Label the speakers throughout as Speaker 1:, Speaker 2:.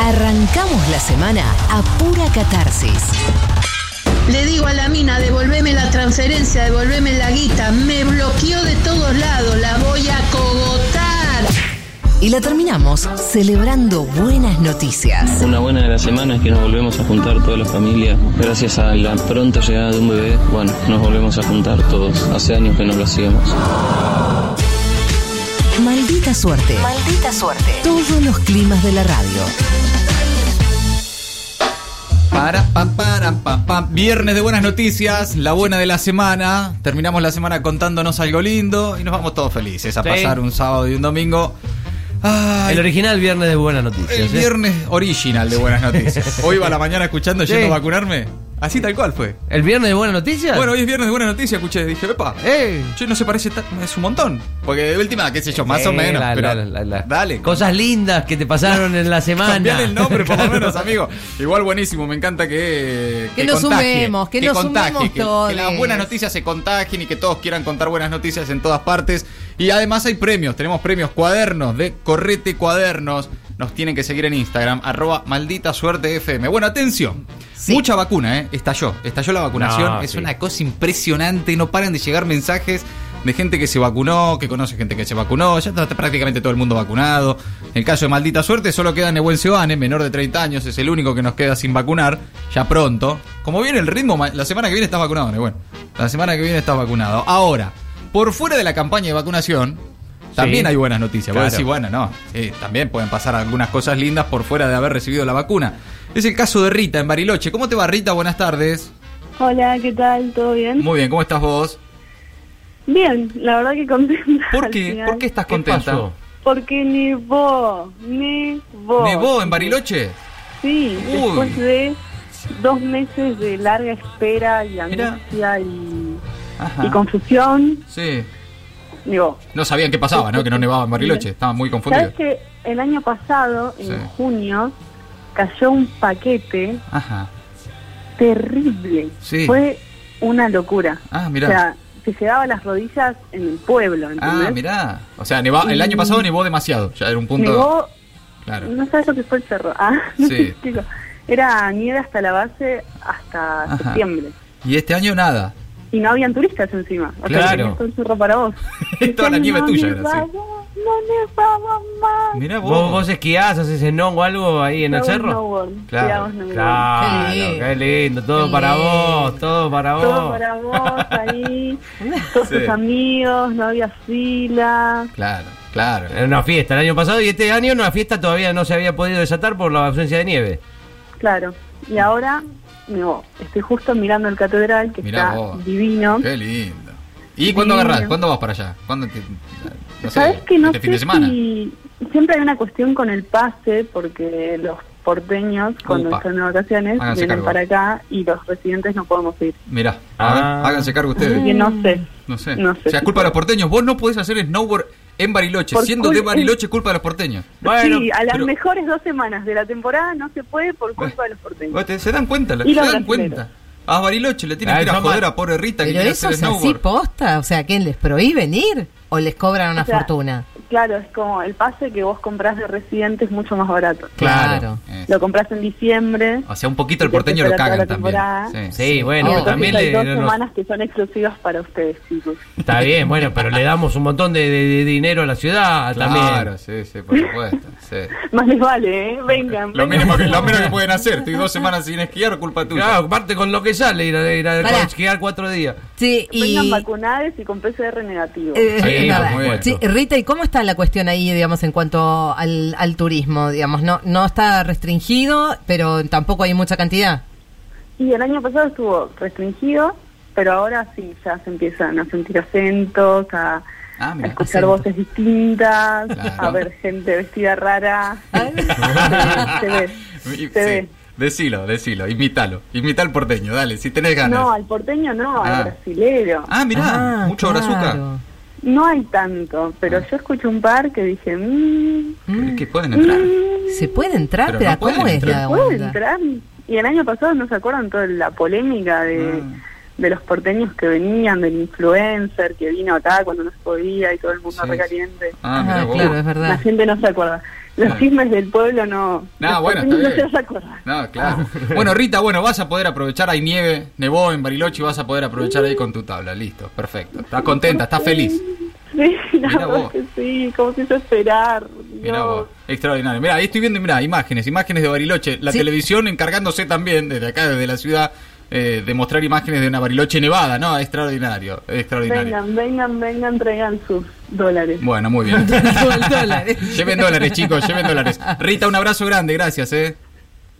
Speaker 1: Arrancamos la semana a pura catarsis.
Speaker 2: Le digo a la mina, devolveme la transferencia, devolveme la guita. Me bloqueó de todos lados, la voy a cogotar.
Speaker 1: Y la terminamos celebrando buenas noticias.
Speaker 3: Una buena de la semana es que nos volvemos a juntar toda la familia. Gracias a la pronta llegada de un bebé, bueno, nos volvemos a juntar todos. Hace años que no lo hacíamos.
Speaker 1: Maldita suerte.
Speaker 4: Maldita suerte.
Speaker 1: Todos los climas de la radio.
Speaker 5: Para, pa, para, pa, pa. Viernes de buenas noticias, la buena de la semana. Terminamos la semana contándonos algo lindo y nos vamos todos felices a
Speaker 6: Sí.
Speaker 5: pasar un sábado y un domingo. Ay,
Speaker 6: El original viernes de buenas noticias.
Speaker 5: el
Speaker 6: ¿eh?
Speaker 5: viernes original de buenas noticias. Hoy iba a la mañana escuchando
Speaker 6: Sí.
Speaker 5: yendo a vacunarme. Así tal cual fue.
Speaker 6: ¿El viernes de buenas noticias?
Speaker 5: Bueno, hoy es viernes de buenas noticias, escuché. Dije, epa,
Speaker 6: ¡Eh!
Speaker 5: che, no se parece, ta- es un montón. Porque de última, qué sé yo, más o
Speaker 6: Eh,
Speaker 5: menos.
Speaker 6: la-
Speaker 5: pero
Speaker 6: la- la- la-
Speaker 5: Dale.
Speaker 6: Cosas lindas que te pasaron en la semana.
Speaker 5: Cambiar el nombre, por lo
Speaker 6: Claro.
Speaker 5: menos, amigo. Igual buenísimo, me encanta que.
Speaker 7: Que nos
Speaker 5: contagie,
Speaker 7: sumemos, que nos
Speaker 5: contagie,
Speaker 7: sumemos
Speaker 5: que-
Speaker 7: todos.
Speaker 5: Que las buenas noticias se contagien y que todos quieran contar buenas noticias en todas partes. Y además hay premios, tenemos premios cuadernos de Correte Cuadernos. Nos tienen que seguir en Instagram, arroba maldita suerte FM. Bueno, atención. Mucha vacuna, ¿eh? Estalló. Estalló la vacunación.
Speaker 6: No,
Speaker 5: es
Speaker 6: sí.
Speaker 5: una cosa impresionante. No paran de llegar mensajes de gente que se vacunó, que conoce gente que se vacunó. Ya está prácticamente todo el mundo vacunado. En el caso de maldita suerte, solo queda Nehuen Seoane, menor de 30 años. Es el único que nos queda sin vacunar. Ya pronto. Como viene el ritmo, ma- la semana que viene estás vacunado, Nehuen. La semana que viene estás vacunado. Ahora, por fuera de la campaña de vacunación. También
Speaker 6: Sí.
Speaker 5: hay buenas noticias. Vos
Speaker 6: Claro.
Speaker 5: decís, bueno, no. sí, también pueden pasar algunas cosas lindas por fuera de haber recibido la vacuna. Es el caso de Rita en Bariloche. ¿Cómo te va, Rita? Buenas tardes.
Speaker 8: Hola, ¿qué tal? ¿Todo bien?
Speaker 5: Muy bien, ¿cómo estás vos?
Speaker 8: Bien, la verdad que contenta.
Speaker 5: ¿Por
Speaker 8: al
Speaker 5: qué?
Speaker 8: final.
Speaker 5: ¿Por qué estás
Speaker 6: ¿Qué
Speaker 5: contenta?
Speaker 6: pasó?
Speaker 8: Porque nevó, nevó.
Speaker 5: ¿Nevó en Bariloche?
Speaker 8: Sí,
Speaker 5: Uy.
Speaker 8: después de dos meses de larga espera y
Speaker 5: Mirá. Ah.
Speaker 8: angustia y,
Speaker 5: Ajá.
Speaker 8: y confusión,
Speaker 5: Sí.
Speaker 8: nevó.
Speaker 5: No sabían qué pasaba, ¿no? Que no nevaba en Bariloche. Estaban muy
Speaker 8: ¿Sabes
Speaker 5: confundidos.
Speaker 8: que el año pasado, en
Speaker 5: Sí.
Speaker 8: junio, cayó un paquete
Speaker 5: Ajá.
Speaker 8: terrible?
Speaker 5: Sí.
Speaker 8: Fue una locura.
Speaker 5: Ah, mirá.
Speaker 8: O sea, se llegaba a las rodillas en el pueblo, ¿entendés?
Speaker 5: Ah, mirá. O sea, neva- el año pasado nevó demasiado. Ya era un punto.
Speaker 8: Nevó
Speaker 5: Claro.
Speaker 8: No sabes lo que fue el cerro. Ah, no
Speaker 5: Sí.
Speaker 8: te explico. Era nieve hasta la base hasta
Speaker 5: Ajá.
Speaker 8: septiembre.
Speaker 5: Y este año nada.
Speaker 8: Y no habían turistas encima. O
Speaker 5: Claro.
Speaker 8: sea, tenías todo el cerro para vos.
Speaker 5: Toda la nieve
Speaker 8: no
Speaker 5: tuya era
Speaker 8: nevaba,
Speaker 5: así.
Speaker 8: No nevaba más.
Speaker 5: Mirá
Speaker 6: ¿Vos, vos esquiás, haces enón o algo ahí en el
Speaker 8: Hagamos
Speaker 6: cerro?
Speaker 8: snowboard,
Speaker 6: Claro,
Speaker 8: hagamos snowboard.
Speaker 6: claro,
Speaker 7: Qué lindo.
Speaker 6: qué lindo, todo
Speaker 7: Qué
Speaker 6: para
Speaker 7: lindo.
Speaker 6: vos, todo para vos.
Speaker 8: Todo para vos ahí, todos
Speaker 5: Sí.
Speaker 8: tus amigos, no había fila.
Speaker 5: Claro, claro.
Speaker 6: Era una fiesta el año pasado y este año una fiesta todavía no se había podido desatar por la ausencia de nieve.
Speaker 8: Claro. Y ahora, no, estoy justo mirando el catedral que
Speaker 5: Mirá
Speaker 8: está
Speaker 5: vos.
Speaker 8: divino.
Speaker 5: Qué lindo. ¿Y cuándo
Speaker 8: Divino.
Speaker 5: agarrás? ¿Cuándo vas para allá? ¿Cuándo te- no sé,
Speaker 8: Sabes que no
Speaker 5: este
Speaker 8: sé
Speaker 5: fin de semana?
Speaker 8: si siempre hay una cuestión con el pase porque los porteños cuando
Speaker 5: Upa.
Speaker 8: están de vacaciones
Speaker 5: Háganse
Speaker 8: vienen
Speaker 5: cargo.
Speaker 8: para acá y los residentes no podemos ir.
Speaker 5: Mirá,
Speaker 6: Ah.
Speaker 5: a ver, háganse cargo
Speaker 8: Así
Speaker 5: ustedes.
Speaker 8: que no sé.
Speaker 5: No sé.
Speaker 8: No sé
Speaker 5: O sea,
Speaker 8: si
Speaker 5: culpa de los porteños. Vos no podés hacer snowboard en Bariloche.
Speaker 8: Por
Speaker 5: Siendo
Speaker 8: cul-
Speaker 5: de Bariloche, culpa de los porteños.
Speaker 6: Bueno,
Speaker 8: sí, a las
Speaker 5: pero-
Speaker 8: mejores dos semanas de la temporada no se puede por culpa de los porteños.
Speaker 5: Vos te- ¿Se dan cuenta? la- ¿Se
Speaker 8: Y los
Speaker 5: dan
Speaker 8: brasileros.
Speaker 5: cuenta? A Bariloche le tienen
Speaker 6: Ah,
Speaker 5: que ir a
Speaker 6: son
Speaker 5: joder
Speaker 6: mal.
Speaker 5: a pobre Rita que
Speaker 7: Pero
Speaker 5: quiere hacer
Speaker 7: eso es así
Speaker 5: snowboard.
Speaker 7: posta. O sea, ¿quién les prohíben ir? ¿O les cobran una
Speaker 8: O sea,
Speaker 7: fortuna?
Speaker 8: Claro, es como el pase que vos compras de residente es mucho más barato.
Speaker 5: Claro.
Speaker 7: Claro.
Speaker 5: Eh,
Speaker 8: Lo compras en diciembre.
Speaker 5: O sea, un poquito el porteño lo
Speaker 8: Espera toda la
Speaker 5: cagan también.
Speaker 8: temporada.
Speaker 5: Sí.
Speaker 6: sí, bueno,
Speaker 7: Ah,
Speaker 8: Entonces
Speaker 6: también
Speaker 8: hay
Speaker 6: le-
Speaker 8: dos
Speaker 6: nos-
Speaker 8: semanas que son exclusivas para ustedes, chicos.
Speaker 6: está bien, bueno, pero le damos un montón de, de- de dinero a la ciudad
Speaker 5: Claro,
Speaker 6: también.
Speaker 5: sí, sí, por supuesto. Sí.
Speaker 8: Más les vale, ¿eh? Vengan.
Speaker 5: Lo
Speaker 8: vengan.
Speaker 5: mínimo que, lo menos que pueden hacer. Estoy dos semanas sin esquiar, culpa tuya.
Speaker 6: Claro, aparte con lo que sale ir a, ir a
Speaker 7: Pará.
Speaker 6: esquiar cuatro días.
Speaker 7: Sí,
Speaker 8: Vengan
Speaker 7: y.
Speaker 8: vacunadas y con PCR negativo.
Speaker 7: eh, es
Speaker 5: Sí, por
Speaker 7: verdad.
Speaker 5: supuesto.
Speaker 7: Sí, Rita, ¿y cómo está la cuestión ahí, digamos, en cuanto al, al turismo? Digamos, no, no está restringido, pero tampoco hay mucha cantidad.
Speaker 8: Y el año pasado estuvo restringido, pero ahora sí, ya se empiezan a sentir acentos, a,
Speaker 5: Ah,
Speaker 8: a
Speaker 5: mira.
Speaker 8: escuchar
Speaker 7: acento.
Speaker 8: voces distintas,
Speaker 5: Claro. Ah,
Speaker 8: a ver gente vestida rara. se ve,
Speaker 5: Y-
Speaker 8: se ve.
Speaker 5: sí. Decilo, decilo, imitalo. Imita al porteño, dale, si tenés ganas.
Speaker 8: No, al porteño no,
Speaker 5: Ah.
Speaker 8: al brasilero.
Speaker 5: ah, mirá,
Speaker 7: Ah,
Speaker 5: mucho brazuca.
Speaker 7: claro.
Speaker 8: No hay tanto,
Speaker 5: Ah.
Speaker 8: pero yo escucho un par que dije, mm, mmm,
Speaker 5: Pero es que pueden entrar.
Speaker 7: Se puede entrar,
Speaker 5: Pero
Speaker 7: pero,
Speaker 5: no
Speaker 7: ¿cómo
Speaker 5: pueden
Speaker 7: es
Speaker 5: entrar.
Speaker 7: la
Speaker 8: ¿puedo
Speaker 7: onda?
Speaker 5: Mm.
Speaker 8: entrar? Y el año pasado, ¿no se acuerdan toda la polémica de, de los porteños que venían, del influencer que vino acá cuando no se podía y todo el mundo
Speaker 5: Sí.
Speaker 8: recaliente.
Speaker 5: Ah,
Speaker 7: Ajá,
Speaker 5: mirá vos.
Speaker 7: claro, es verdad.
Speaker 8: La gente no se acuerda. Los
Speaker 5: Claro.
Speaker 8: chismes del pueblo no.
Speaker 5: No,
Speaker 8: los
Speaker 5: bueno,
Speaker 8: porteños
Speaker 5: está
Speaker 8: no
Speaker 5: bien.
Speaker 8: se los acuerda.
Speaker 5: No, claro. Bueno, Rita, bueno, vas a poder aprovechar, hay nieve, nevó en Bariloche y vas a poder aprovechar ahí con tu tabla, listo, perfecto. Estás contenta, estás feliz.
Speaker 8: Sí, la
Speaker 5: Mirá
Speaker 8: verdad
Speaker 5: vos.
Speaker 8: que sí, como se hizo esperar.
Speaker 5: Mirá
Speaker 8: Dios.
Speaker 5: vos, extraordinario. Mirá, ahí estoy viendo, mirá, imágenes, imágenes de Bariloche. La
Speaker 7: Sí.
Speaker 5: televisión encargándose también, desde acá, desde la ciudad, eh, de mostrar imágenes de una Bariloche nevada, ¿no? Extraordinario, extraordinario.
Speaker 8: Vengan, vengan, vengan, traigan sus dólares.
Speaker 5: Bueno, muy bien.
Speaker 7: dólares.
Speaker 5: lleven dólares, chicos, lleven dólares. Rita, un abrazo grande, gracias, ¿eh?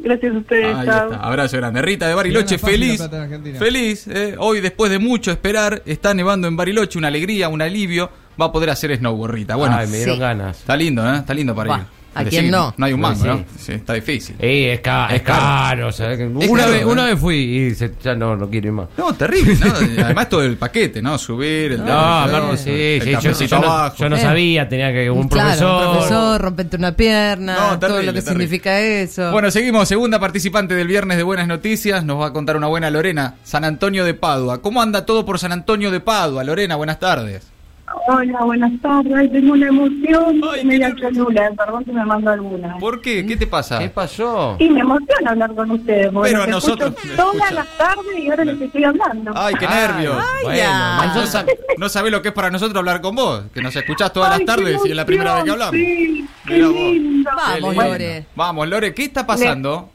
Speaker 8: Gracias a ustedes.
Speaker 5: Ahí
Speaker 8: chao.
Speaker 5: está, abrazo grande. Rita de Bariloche,
Speaker 4: Gana fácil la
Speaker 5: feliz.
Speaker 4: plata en Argentina.
Speaker 5: Feliz. eh, Hoy, después de mucho esperar, está nevando en Bariloche. Una alegría, un alivio. Va a poder hacer snowboard, Rita. Bueno,
Speaker 6: Ay, me dieron
Speaker 7: sí.
Speaker 6: ganas.
Speaker 5: está lindo, ¿eh? Está lindo para
Speaker 7: Bah,
Speaker 5: ir.
Speaker 7: ¿a
Speaker 5: Decí,
Speaker 7: quién no?
Speaker 5: No hay un mango,
Speaker 6: Sí. Eh.
Speaker 5: ¿no? Sí, está difícil.
Speaker 6: Sí, es, ca-
Speaker 5: Es
Speaker 6: es
Speaker 5: caro.
Speaker 6: caro. o sea, que una,
Speaker 5: Es caro,
Speaker 6: vez,
Speaker 5: ¿eh?
Speaker 6: una vez fui y se- ya no, no quiero ir más.
Speaker 5: No, terrible, ¿no? Además todo el paquete, ¿no? Subir, el
Speaker 6: No,
Speaker 5: termo,
Speaker 6: aparte, sí,
Speaker 5: el
Speaker 6: sí, yo,
Speaker 5: cafecito
Speaker 6: yo no,
Speaker 5: abajo.
Speaker 6: yo no
Speaker 7: Eh.
Speaker 6: sabía, tenía que un
Speaker 7: Claro,
Speaker 6: profesor.
Speaker 7: un profesor, romperte una pierna,
Speaker 5: No,
Speaker 7: todo
Speaker 5: terrible,
Speaker 7: lo que
Speaker 5: terrible.
Speaker 7: significa eso.
Speaker 5: Bueno, seguimos. Segunda participante del viernes de Buenas Noticias. Nos va a contar una buena Lorena. San Antonio de Padua. ¿Cómo anda todo por San Antonio de Padua? Lorena, buenas tardes.
Speaker 8: Hola, buenas tardes. Ay, Tengo una emoción
Speaker 5: Ay,
Speaker 8: media
Speaker 5: qué
Speaker 8: cholula, perdón que me mando alguna.
Speaker 5: ¿Por qué? ¿Qué te pasa?
Speaker 6: ¿Qué pasó?
Speaker 8: Y me emociona hablar con ustedes. porque
Speaker 5: Pero
Speaker 8: los
Speaker 5: nosotros-
Speaker 8: escucho Todas las tardes y ahora les estoy hablando.
Speaker 5: Ay, qué nervios.
Speaker 7: ya.
Speaker 5: No, sab- no sabés lo que es para nosotros hablar con vos, que nos escuchás todas las
Speaker 8: Ay, qué
Speaker 5: tardes y es la primera vez que hablamos.
Speaker 8: Sí, qué
Speaker 5: Mirá vos.
Speaker 8: lindo.
Speaker 7: Vamos,
Speaker 5: Qué lindo.
Speaker 7: Lore.
Speaker 5: Vamos, Lore, ¿qué está pasando?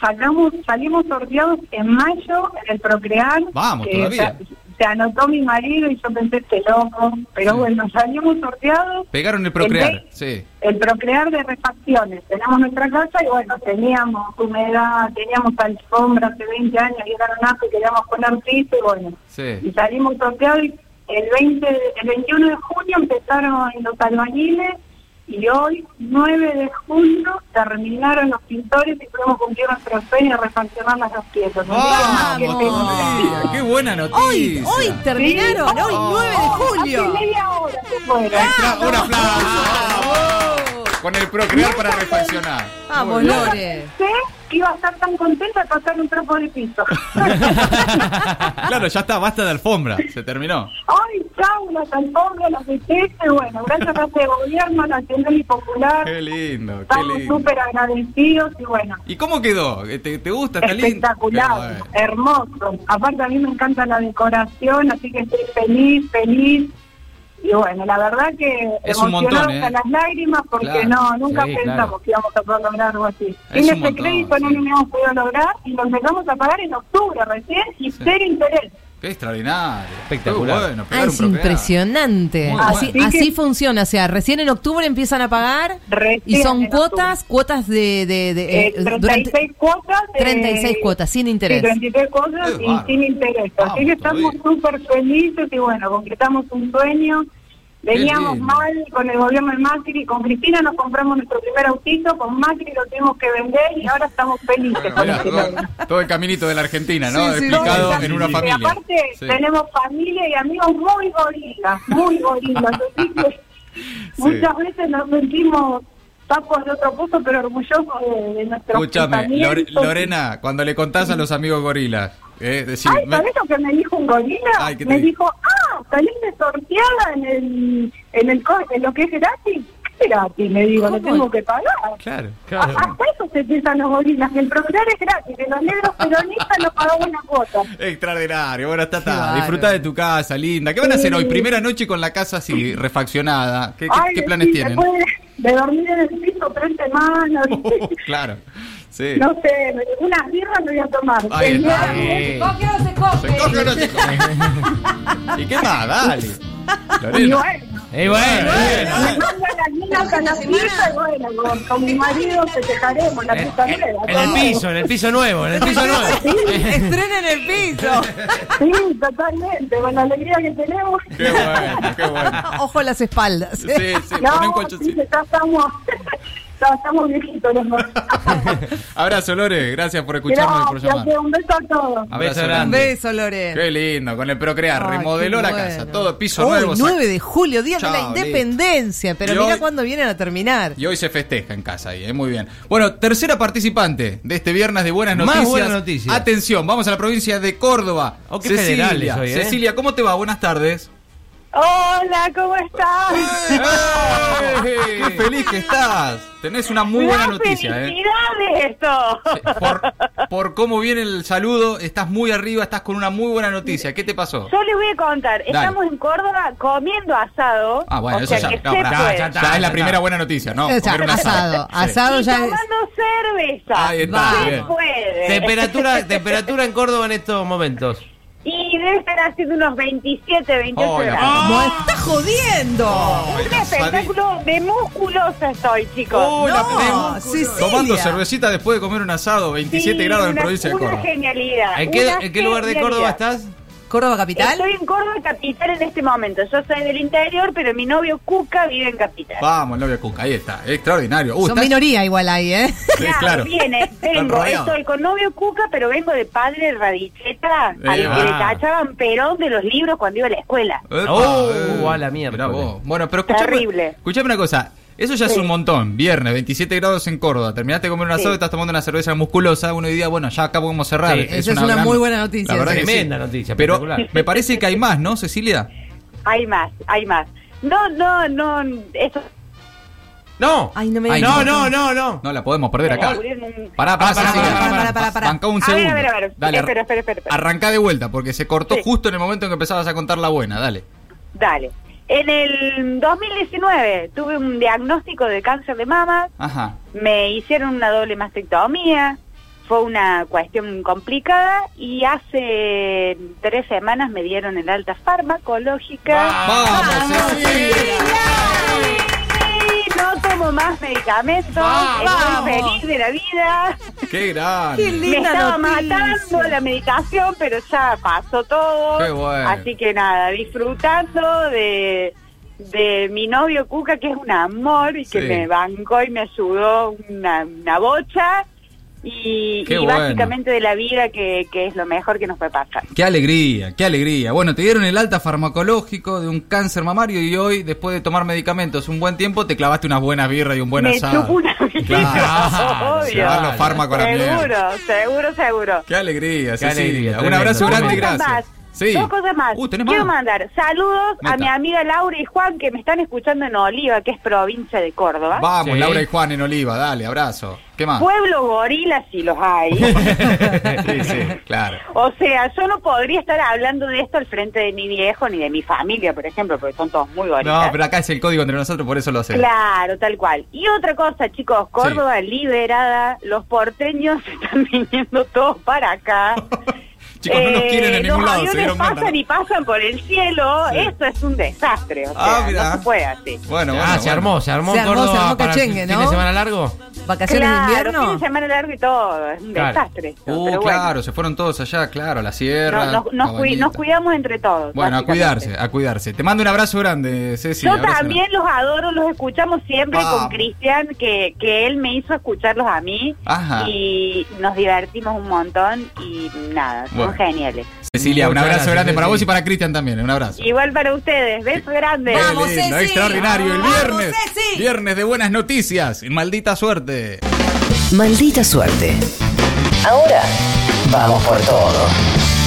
Speaker 8: Sacamos, salimos sorteados en mayo en el Procrear.
Speaker 5: Vamos,
Speaker 8: que
Speaker 5: todavía.
Speaker 8: Se, se anotó mi marido y yo pensé, este loco. Pero
Speaker 5: Sí.
Speaker 8: bueno, salimos sorteados
Speaker 5: Pegaron el procrear.
Speaker 8: El
Speaker 5: Sí.
Speaker 8: el procrear de refacciones. Tenemos nuestra casa y bueno, teníamos humedad, teníamos alfombra hace 20 años y era un asco y queríamos poner piso y bueno,
Speaker 5: Sí.
Speaker 8: y salimos sorteados y el, 20, de- el 21 de junio empezaron los albañiles y hoy, 9 de junio, terminaron los pintores y pudimos cumplir nuestro sueño de refaccionar las dos piezas.
Speaker 5: ¡Vamos!
Speaker 8: Mirá, qué
Speaker 5: Mira, ¡Qué buena noticia!
Speaker 7: Hoy, hoy terminaron,
Speaker 8: Sí. Oh,
Speaker 7: hoy 9 de julio.
Speaker 8: Hace media hora se fueron.
Speaker 5: Extra- ¡Un aplauso! Con el procrear para refaccionar.
Speaker 7: Vamos,
Speaker 5: Muy bien.
Speaker 7: Lore.
Speaker 8: Sé que iba a estar tan contenta de pasar un tropo de piso.
Speaker 5: Claro, ya está, basta de alfombra. Se terminó.
Speaker 8: Ay, chau, las alfombras, las ETS, bueno, gracias a este gobierno nacional y popular,
Speaker 5: Qué lindo, qué
Speaker 8: estamos
Speaker 5: lindo.
Speaker 8: súper agradecidos y bueno,
Speaker 5: ¿Y cómo quedó? ¿Te, te gusta? ¿Está lindo?
Speaker 8: espectacular,
Speaker 5: Pero, bueno.
Speaker 8: hermoso. Aparte a mí me encanta la decoración, así que estoy feliz, feliz. Y bueno, la verdad que
Speaker 5: Es un montón,
Speaker 8: emocionados
Speaker 5: ¿eh?
Speaker 8: a las lágrimas porque
Speaker 5: Claro,
Speaker 8: no, nunca
Speaker 6: sí,
Speaker 8: pensamos
Speaker 6: claro.
Speaker 8: que íbamos a poder lograr algo así.
Speaker 5: Es
Speaker 8: Sin
Speaker 5: un
Speaker 8: ese
Speaker 5: montón,
Speaker 8: crédito no
Speaker 5: sí.
Speaker 8: lo habíamos podido lograr y lo empezamos a pagar en octubre recién y cero interés.
Speaker 5: Qué extraordinario.
Speaker 6: Espectacular.
Speaker 5: Qué bueno,
Speaker 7: Ah,
Speaker 5: pegar un
Speaker 7: es
Speaker 5: procrear.
Speaker 7: impresionante.
Speaker 5: Muy
Speaker 7: Así,
Speaker 8: bueno.
Speaker 7: así funciona, o sea, recién en octubre empiezan a pagar y
Speaker 8: Recién
Speaker 7: son
Speaker 8: en octubre.
Speaker 7: cuotas, cuotas de... de, de-
Speaker 8: Eh, 36 cuotas. eh,
Speaker 7: 36 cuotas, sin interés.
Speaker 8: Sí, 36 cuotas
Speaker 5: Qué
Speaker 8: y
Speaker 5: bárbaro.
Speaker 8: sin interés. Así
Speaker 5: Vamos,
Speaker 8: que estamos
Speaker 5: todavía.
Speaker 8: súper felices y bueno, concretamos un sueño. Veníamos
Speaker 5: lindo.
Speaker 8: mal con el gobierno de Macri, con Cristina nos compramos nuestro primer autito, con Macri lo tuvimos que vender y ahora estamos felices
Speaker 5: Bueno,
Speaker 8: con
Speaker 5: mirá,
Speaker 8: este
Speaker 5: todo,
Speaker 8: logro.
Speaker 5: todo el caminito de la Argentina, ¿no?
Speaker 7: Sí, sí,
Speaker 5: Explicado
Speaker 8: Todo
Speaker 5: en una
Speaker 8: y
Speaker 5: familia.
Speaker 8: aparte
Speaker 5: Sí.
Speaker 8: tenemos familia y amigos muy gorilas, muy gorilas. Así que muchas veces nos sentimos tapos de otro puesto, pero orgullosos de, de nuestro
Speaker 5: Escúchame, Lore- Lorena, cuando le contás a los amigos gorilas, eh, decir,
Speaker 8: Ay,
Speaker 5: me-
Speaker 8: ¿sabés lo que me dijo un gorila?
Speaker 5: Ay, ¿qué te
Speaker 8: me
Speaker 5: dijo?
Speaker 8: dijo, ah, saliste sorteada en el, en el co- en lo que es gratis. ¿Qué gratis? Le digo, lo
Speaker 7: ¿Cómo?
Speaker 8: tengo que pagar.
Speaker 5: claro,
Speaker 8: A- Hasta eso se piensan los gorilas, que el procurar es gratis, que los negros peronistas no pagamos una cuota.
Speaker 5: extraordinario. Bueno, está,
Speaker 7: Qué
Speaker 5: está.
Speaker 7: bárbaro.
Speaker 5: Disfrutá de tu casa, linda. ¿Qué van a hacer
Speaker 8: Sí.
Speaker 5: hoy? Primera noche con la casa así, refaccionada. ¿Qué, qué-
Speaker 8: Ay,
Speaker 5: qué planes
Speaker 8: sí,
Speaker 5: tienen? Oh,
Speaker 8: después de, de dormir en el piso tres semanas,
Speaker 5: Uh, claro, sí.
Speaker 8: no sé, unas birras me voy a tomar.
Speaker 5: eh. Ahí está.
Speaker 6: Eh,
Speaker 5: ¿Se coge o no se coge? ¿Y qué más? Dale.
Speaker 8: Y
Speaker 5: Lorena.
Speaker 8: bueno.
Speaker 6: eh, bueno, bueno.
Speaker 8: Me manda la mina hasta la fiesta y bueno, con, con mi marido festejaremos la fiesta
Speaker 6: En,
Speaker 8: nueva.
Speaker 6: en el
Speaker 8: todo.
Speaker 6: piso, en el piso nuevo, en el piso nuevo.
Speaker 7: Estrenen el piso.
Speaker 8: Sí, totalmente, con la alegría que tenemos.
Speaker 5: Qué bueno, qué bueno.
Speaker 7: Ojo a las espaldas.
Speaker 5: Sí, sí, poné un
Speaker 8: No, sí,
Speaker 5: colchoncito.
Speaker 8: ya estamos, Ya estamos viejitos los dos.
Speaker 5: Abrazo, Lore. Gracias por escucharnos y por llamar.
Speaker 8: Gracias, un beso a todos.
Speaker 5: Abrazo
Speaker 6: Beso
Speaker 7: Un
Speaker 5: grande.
Speaker 7: beso, Lore.
Speaker 5: Qué lindo, con el procrear.
Speaker 7: Ay,
Speaker 5: Remodeló
Speaker 7: qué
Speaker 5: la
Speaker 7: bueno.
Speaker 5: casa. Todo piso
Speaker 7: Hoy,
Speaker 5: nuevo. sac-
Speaker 7: 9 de julio, día de la
Speaker 5: Chao, listo.
Speaker 7: independencia. Pero
Speaker 5: Y
Speaker 7: mira
Speaker 5: hoy-
Speaker 7: cuándo vienen a terminar.
Speaker 5: Y hoy se festeja en casa ahí, ¿eh? muy bien. Bueno, tercera participante de este viernes de Buenas
Speaker 6: Más
Speaker 5: Noticias.
Speaker 6: buenas noticias.
Speaker 5: Atención, vamos a la provincia de Córdoba.
Speaker 6: Oh, qué
Speaker 5: Cecilia,
Speaker 6: federales hoy, ¿eh?
Speaker 5: Cecilia, ¿cómo te va? Buenas tardes.
Speaker 8: Hola, ¿cómo estás?
Speaker 5: ¡Ey! ¡Qué feliz que estás! Tenés una muy buena
Speaker 8: Una
Speaker 5: noticia, ¿eh?
Speaker 8: ¡Felicidades! esto.
Speaker 5: Por, por cómo viene el saludo, estás muy arriba, estás con una muy buena noticia. ¿Qué te pasó?
Speaker 8: Yo les voy a contar, estamos en Córdoba comiendo asado.
Speaker 5: Ah, bueno,
Speaker 8: o
Speaker 5: eso
Speaker 8: sea
Speaker 5: ya-
Speaker 8: que
Speaker 5: no,
Speaker 8: se
Speaker 5: pará,
Speaker 8: puede.
Speaker 6: ya está.
Speaker 5: Ya es la primera buena noticia, ¿no?
Speaker 7: O sea,
Speaker 5: comer un
Speaker 7: asado.
Speaker 5: Sí.
Speaker 7: Asado
Speaker 8: Y
Speaker 7: ya es.
Speaker 8: tomando cerveza.
Speaker 5: Ahí está,
Speaker 8: se
Speaker 5: bien.
Speaker 8: puede.
Speaker 6: Eh, Temperatura, temperatura en Córdoba en estos momentos.
Speaker 8: Y debe estar haciendo unos 27, 28
Speaker 5: Oh, la
Speaker 8: grados.
Speaker 5: puta.
Speaker 7: ¡No, está jodiendo!
Speaker 5: Ay,
Speaker 8: Un
Speaker 5: cansadito.
Speaker 8: espectáculo de musculosa estoy, chicos.
Speaker 5: Oh, la
Speaker 7: No,
Speaker 5: tengo.
Speaker 7: Cecilia.
Speaker 5: Tomando cervecita después de comer un asado, 27
Speaker 8: Sí,
Speaker 5: grados en
Speaker 8: una-
Speaker 5: provincia de Córdoba.
Speaker 8: Una genialidad.
Speaker 6: ¿En qué,
Speaker 8: una
Speaker 6: en qué lugar de
Speaker 8: genialidad.
Speaker 6: Córdoba estás?
Speaker 7: ¿Córdoba capital?
Speaker 8: Estoy en Córdoba capital en este momento. Yo soy del interior, pero mi novio Cuca vive en capital.
Speaker 5: Vamos, novia Cuca, ahí está, extraordinario. Uh,
Speaker 7: Son
Speaker 5: está-
Speaker 7: minoría igual ahí, ¿eh?
Speaker 5: Sí, claro.
Speaker 8: Viene, vengo,
Speaker 5: rodeados.
Speaker 8: estoy con novio Cuca, pero vengo de padre radicheta, al
Speaker 5: Eh,
Speaker 8: que le
Speaker 6: ah.
Speaker 8: tachaban perón de los libros cuando iba a la escuela.
Speaker 5: Epa,
Speaker 6: Oh,
Speaker 5: eh.
Speaker 6: a la mierda.
Speaker 5: Mirá vos. Bueno, pero escuchame,
Speaker 8: Terrible.
Speaker 5: escuchame una cosa. Eso ya es
Speaker 8: Sí.
Speaker 5: un montón. Viernes, 27 grados en Córdoba. Terminaste de comer un asado,
Speaker 8: Sí.
Speaker 5: estás tomando una cerveza musculosa. Uno diría, bueno, ya acá podemos cerrar.
Speaker 6: Sí,
Speaker 7: esa es una muy buena noticia.
Speaker 5: La verdad que sí.
Speaker 6: Tremenda noticia,
Speaker 5: Pero
Speaker 6: espectacular.
Speaker 5: me parece que hay más, ¿no, Cecilia?
Speaker 8: Hay más, hay más. No, no, no, eso
Speaker 6: No.
Speaker 7: Ay, no me
Speaker 5: Ay,
Speaker 6: no,
Speaker 5: no.
Speaker 6: no, no, no.
Speaker 5: No la podemos perder acá.
Speaker 8: Descubrir un-
Speaker 5: Pará, pará,
Speaker 6: Ah, pará,
Speaker 5: Cecilia.
Speaker 6: pará, pará, pará,
Speaker 7: pará, pará.
Speaker 5: Banca un
Speaker 8: A ver,
Speaker 5: segundo.
Speaker 8: a ver, a ver.
Speaker 5: Dale, ar-
Speaker 8: Espera, espera, espera, espera.
Speaker 5: Arrancá de vuelta porque se cortó
Speaker 8: Sí.
Speaker 5: justo en el momento en que empezabas a contar la buena. Dale.
Speaker 8: Dale. En el 2019 tuve un diagnóstico de cáncer de mama,
Speaker 5: Ajá.
Speaker 8: me hicieron una doble mastectomía, fue una cuestión complicada y hace tres semanas me dieron el alta farmacológica.
Speaker 5: ¡Vamos, Cecilia!
Speaker 8: Sí, No tomo más medicamentos,
Speaker 7: Vamos.
Speaker 8: estoy feliz de la vida.
Speaker 5: ¡Qué
Speaker 7: Qué
Speaker 5: grande!
Speaker 8: Me
Speaker 7: linda
Speaker 8: estaba
Speaker 7: noticia.
Speaker 8: matando la medicación, pero ya pasó todo.
Speaker 5: Qué bueno.
Speaker 8: Así que nada, disfrutando de, de mi novio Cuca, que es un amor y que
Speaker 5: Sí.
Speaker 8: me bancó y me ayudó una, una bocha. Y,
Speaker 5: Qué
Speaker 8: y
Speaker 5: bueno.
Speaker 8: básicamente de la vida, que, que es lo mejor que nos puede pasar.
Speaker 5: Qué alegría, qué alegría. Bueno, te dieron el alta farmacológico de un cáncer mamario y hoy, después de tomar medicamentos un buen tiempo, te clavaste unas buenas birras y un buen
Speaker 8: me
Speaker 5: asado.
Speaker 8: chupo una vida,
Speaker 5: Claro, se
Speaker 8: obvio.
Speaker 5: van los fármacos a la
Speaker 8: seguro,
Speaker 5: mierda.
Speaker 8: seguro, seguro.
Speaker 5: Qué alegría, Cecilia.
Speaker 6: alegría,
Speaker 5: un
Speaker 6: tremendo,
Speaker 5: abrazo
Speaker 8: Dos
Speaker 5: grande y
Speaker 8: cosas
Speaker 5: gracias.
Speaker 8: más.
Speaker 5: Sí.
Speaker 8: Dos cosas más.
Speaker 5: Uh, ¿tenés
Speaker 8: Quiero
Speaker 5: más?
Speaker 8: mandar saludos
Speaker 5: Meta.
Speaker 8: a mi amiga Laura y Juan que me están escuchando en Oliva, que es provincia de Córdoba.
Speaker 5: Vamos,
Speaker 6: Sí.
Speaker 5: Laura y Juan en Oliva, dale, abrazo. ¿Qué más?
Speaker 8: Pueblo gorila si los hay.
Speaker 5: Sí, sí, claro.
Speaker 8: o sea, yo no podría estar hablando de esto al frente de mi viejo ni de mi familia, por ejemplo, porque son todos muy gorilas.
Speaker 5: No, pero acá es el código entre nosotros, por eso lo hacemos.
Speaker 8: Claro, tal cual. Y otra cosa, chicos, Córdoba liberada, los porteños se están viniendo todos para acá.
Speaker 5: Chicos, no nos
Speaker 8: Eh,
Speaker 5: quieren en ningún lado,
Speaker 8: los
Speaker 5: se
Speaker 8: aviones
Speaker 5: dieron cuenta.
Speaker 8: pasan
Speaker 5: ¿no?
Speaker 8: y pasan por el cielo.
Speaker 5: Sí.
Speaker 8: Esto es un desastre. O sea,
Speaker 5: Ah, mirá.
Speaker 8: no se puede así.
Speaker 5: Bueno,
Speaker 6: ah,
Speaker 5: bueno,
Speaker 6: se
Speaker 5: bueno.
Speaker 6: armó, se armó
Speaker 7: Se armó,
Speaker 6: Córdoba
Speaker 7: se armó
Speaker 6: para
Speaker 7: cachengue,
Speaker 6: fin
Speaker 7: ¿no?
Speaker 6: de semana largo.
Speaker 7: ¿Vacaciones
Speaker 8: claro,
Speaker 7: de invierno?
Speaker 8: fin de semana largo y todo. Es un
Speaker 6: Claro.
Speaker 8: desastre.
Speaker 5: Uh,
Speaker 8: pero bueno.
Speaker 5: claro, se fueron todos allá, claro, a la
Speaker 8: No,
Speaker 5: sierra.
Speaker 8: nos, nos cui-
Speaker 5: Cabañita.
Speaker 8: nos cuidamos entre todos.
Speaker 5: Bueno, a
Speaker 8: básicamente.
Speaker 5: cuidarse, a cuidarse. Te mando un abrazo grande, Ceci.
Speaker 8: Yo
Speaker 5: abrazo
Speaker 8: también los adoro, los escuchamos siempre
Speaker 5: Vamos.
Speaker 8: con Cristian, que, que él me hizo escucharlos a mí
Speaker 5: Ajá.
Speaker 8: y nos divertimos un montón y nada, son
Speaker 5: Bueno.
Speaker 8: geniales.
Speaker 5: grande. Cecilia, un
Speaker 6: Muchas
Speaker 5: abrazo
Speaker 6: gracias,
Speaker 5: grande para
Speaker 6: Ceci.
Speaker 5: vos y para Cristian también. Un abrazo.
Speaker 8: Igual para ustedes, beso grande.
Speaker 7: Vamos,
Speaker 5: Qué lindo,
Speaker 7: Ceci.
Speaker 5: extraordinario. El
Speaker 7: Vamos,
Speaker 5: viernes,
Speaker 7: Ceci.
Speaker 5: viernes de buenas noticias. y Maldita suerte.
Speaker 1: Maldita suerte. Ahora, vamos por todo.